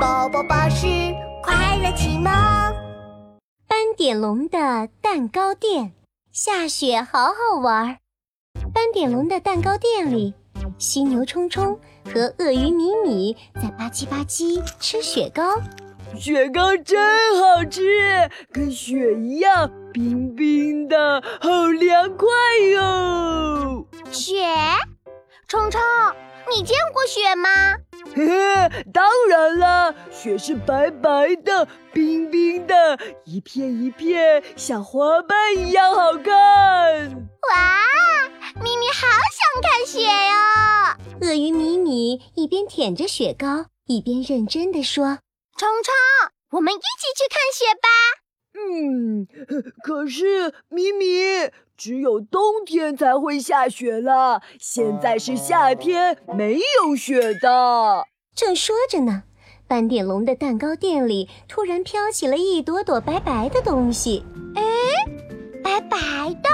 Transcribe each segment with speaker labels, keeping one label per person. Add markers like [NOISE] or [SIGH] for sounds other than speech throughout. Speaker 1: 宝宝巴士快乐启蒙。
Speaker 2: 斑点龙的蛋糕店，下雪好好玩儿。斑点龙的蛋糕店里，犀牛冲冲和鳄鱼米米在吧唧吧唧吃雪糕。
Speaker 3: 雪糕真好吃，跟雪一样冰冰的，好凉快哟、
Speaker 1: 雪，冲冲，你见过雪吗？
Speaker 3: 嘿嘿，当然啦，雪是白白的、冰冰的，一片一片，像花瓣一样好看。
Speaker 1: 哇，咪咪好想看雪呀、
Speaker 2: 鳄鱼米米一边舔着雪糕，一边认真地说
Speaker 1: 冲冲，我们一起去看雪吧。
Speaker 3: 嗯，可是米米，只有冬天才会下雪啦，现在是夏天，没有雪的。：“
Speaker 2: 正说着呢，斑点龙的蛋糕店里突然飘起了一朵朵白白的东西。哎
Speaker 1: 白白的，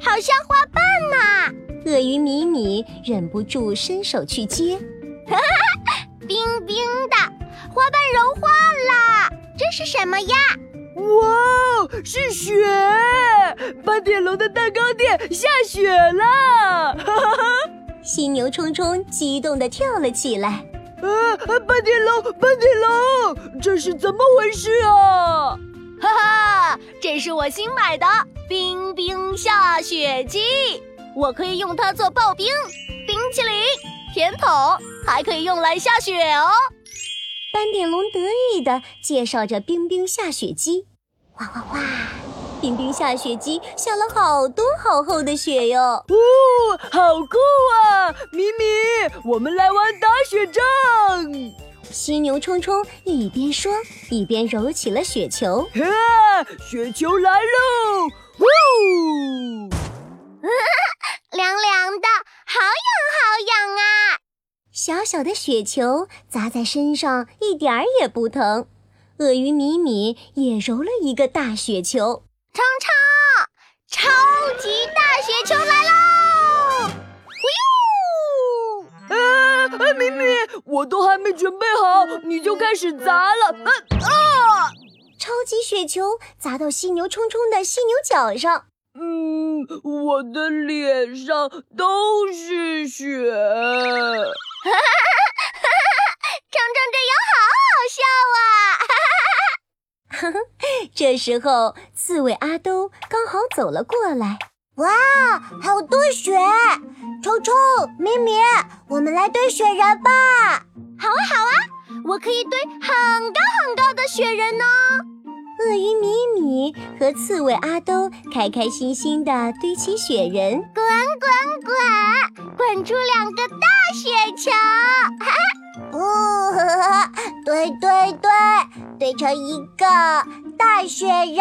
Speaker 1: 好像花瓣呐、
Speaker 2: 鳄鱼米米忍不住伸手去接， [LAUGHS]
Speaker 1: 冰冰的，花瓣融化了。这是什么呀？
Speaker 3: 哇，是雪！斑点龙的蛋糕店下雪啦！
Speaker 2: 犀牛冲冲激动地跳了起来。
Speaker 3: 啊，斑点龙，斑点龙，这是怎么回事啊？
Speaker 1: 哈哈，这是我新买的冰冰下雪机，我可以用它做刨冰、冰淇淋、甜筒，还可以用来下雪哦。
Speaker 2: 斑点龙得意地介绍着冰冰下雪机。哇哇哇！冰冰下雪机下了好多好厚的雪哟！
Speaker 3: 哦，好酷啊！米米，我们来玩打雪仗。
Speaker 2: 犀牛冲冲一边说，一边揉起了雪球。
Speaker 3: 嘿，雪球来喽！呜！
Speaker 1: 凉凉的，好痒好痒啊！
Speaker 2: 小小的雪球砸在身上一点儿也不疼。鳄鱼米米也揉了一个大雪球。
Speaker 1: 冲冲，超级大雪球来喽！
Speaker 3: 啊
Speaker 1: 哎
Speaker 3: 啊，米米，我都还没准备好，你就开始砸了。啊
Speaker 2: 超级雪球砸到犀牛冲冲的犀牛角上，
Speaker 3: 嗯，我的脸上都是雪。
Speaker 1: 呦，冲冲这样好好笑啊！
Speaker 2: 这时候刺猬阿兜刚好走了过来。
Speaker 1: 哇，好多雪！冲冲、米米，我们来堆雪人吧！好啊，好啊，我可以堆很高很高的雪人哦呢、
Speaker 2: 鳄鱼米米和刺猬阿兜开开心心地堆起雪人。
Speaker 1: 滚滚，滚出两个大雪球！哦，堆堆堆，堆成一个大雪人！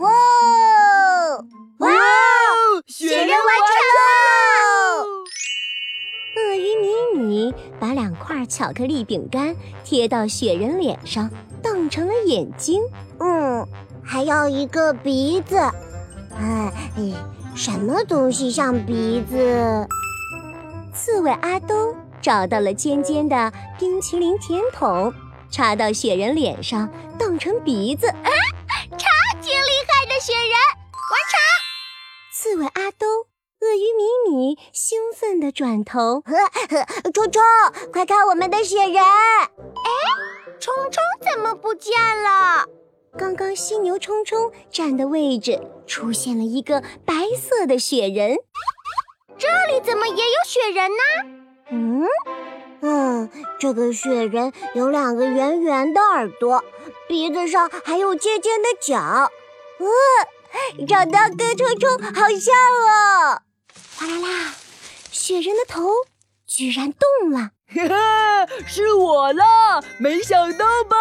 Speaker 1: 哇、哦！
Speaker 3: 哇哦，雪人完成了！
Speaker 2: 鳄鱼米米把两块巧克力饼干贴到雪人脸上，当成了眼睛。
Speaker 1: 嗯，还要一个鼻子。哎，哎什么东西像鼻子？
Speaker 2: 刺猬阿兜找到了尖尖的冰淇淋甜筒，插到雪人脸上，当成鼻子。
Speaker 1: 超级啊厉害的雪人！
Speaker 2: 刺猬阿兜、鳄鱼米米兴奋地转头，
Speaker 1: 冲冲，快看我们的雪人！哎，冲冲怎么不见了？
Speaker 2: 刚刚犀牛冲冲站的位置出现了一个白色的雪人。
Speaker 1: 这里怎么也有雪人呢？
Speaker 2: 嗯，
Speaker 1: 嗯，这个雪人有两个圆圆的耳朵，鼻子上还有尖尖的角。嗯，长得跟冲冲好像哦。
Speaker 2: 哗啦啦，雪人的头居然动了。
Speaker 3: 嘿嘿， [LAUGHS] 是我啦！没想到吧？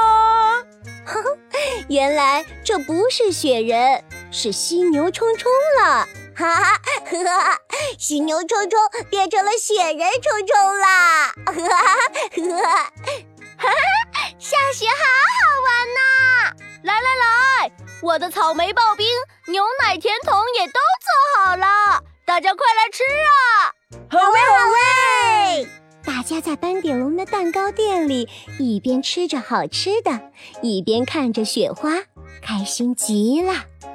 Speaker 2: 原来这不是雪人，是犀牛冲冲了。
Speaker 1: 哈哈，呵哈， [LAUGHS] 犀牛冲冲变成了雪人冲冲啦！呵哈，呵哈，哈哈，下雪好好玩呐、来来来，我的草莓刨冰、牛奶甜筒也都做好了，大家快来吃啊！
Speaker 3: 好嘞，
Speaker 1: 好味！
Speaker 2: 大大家在斑点龙的蛋糕店里一边吃着好吃的，一边看着雪花，开心极了。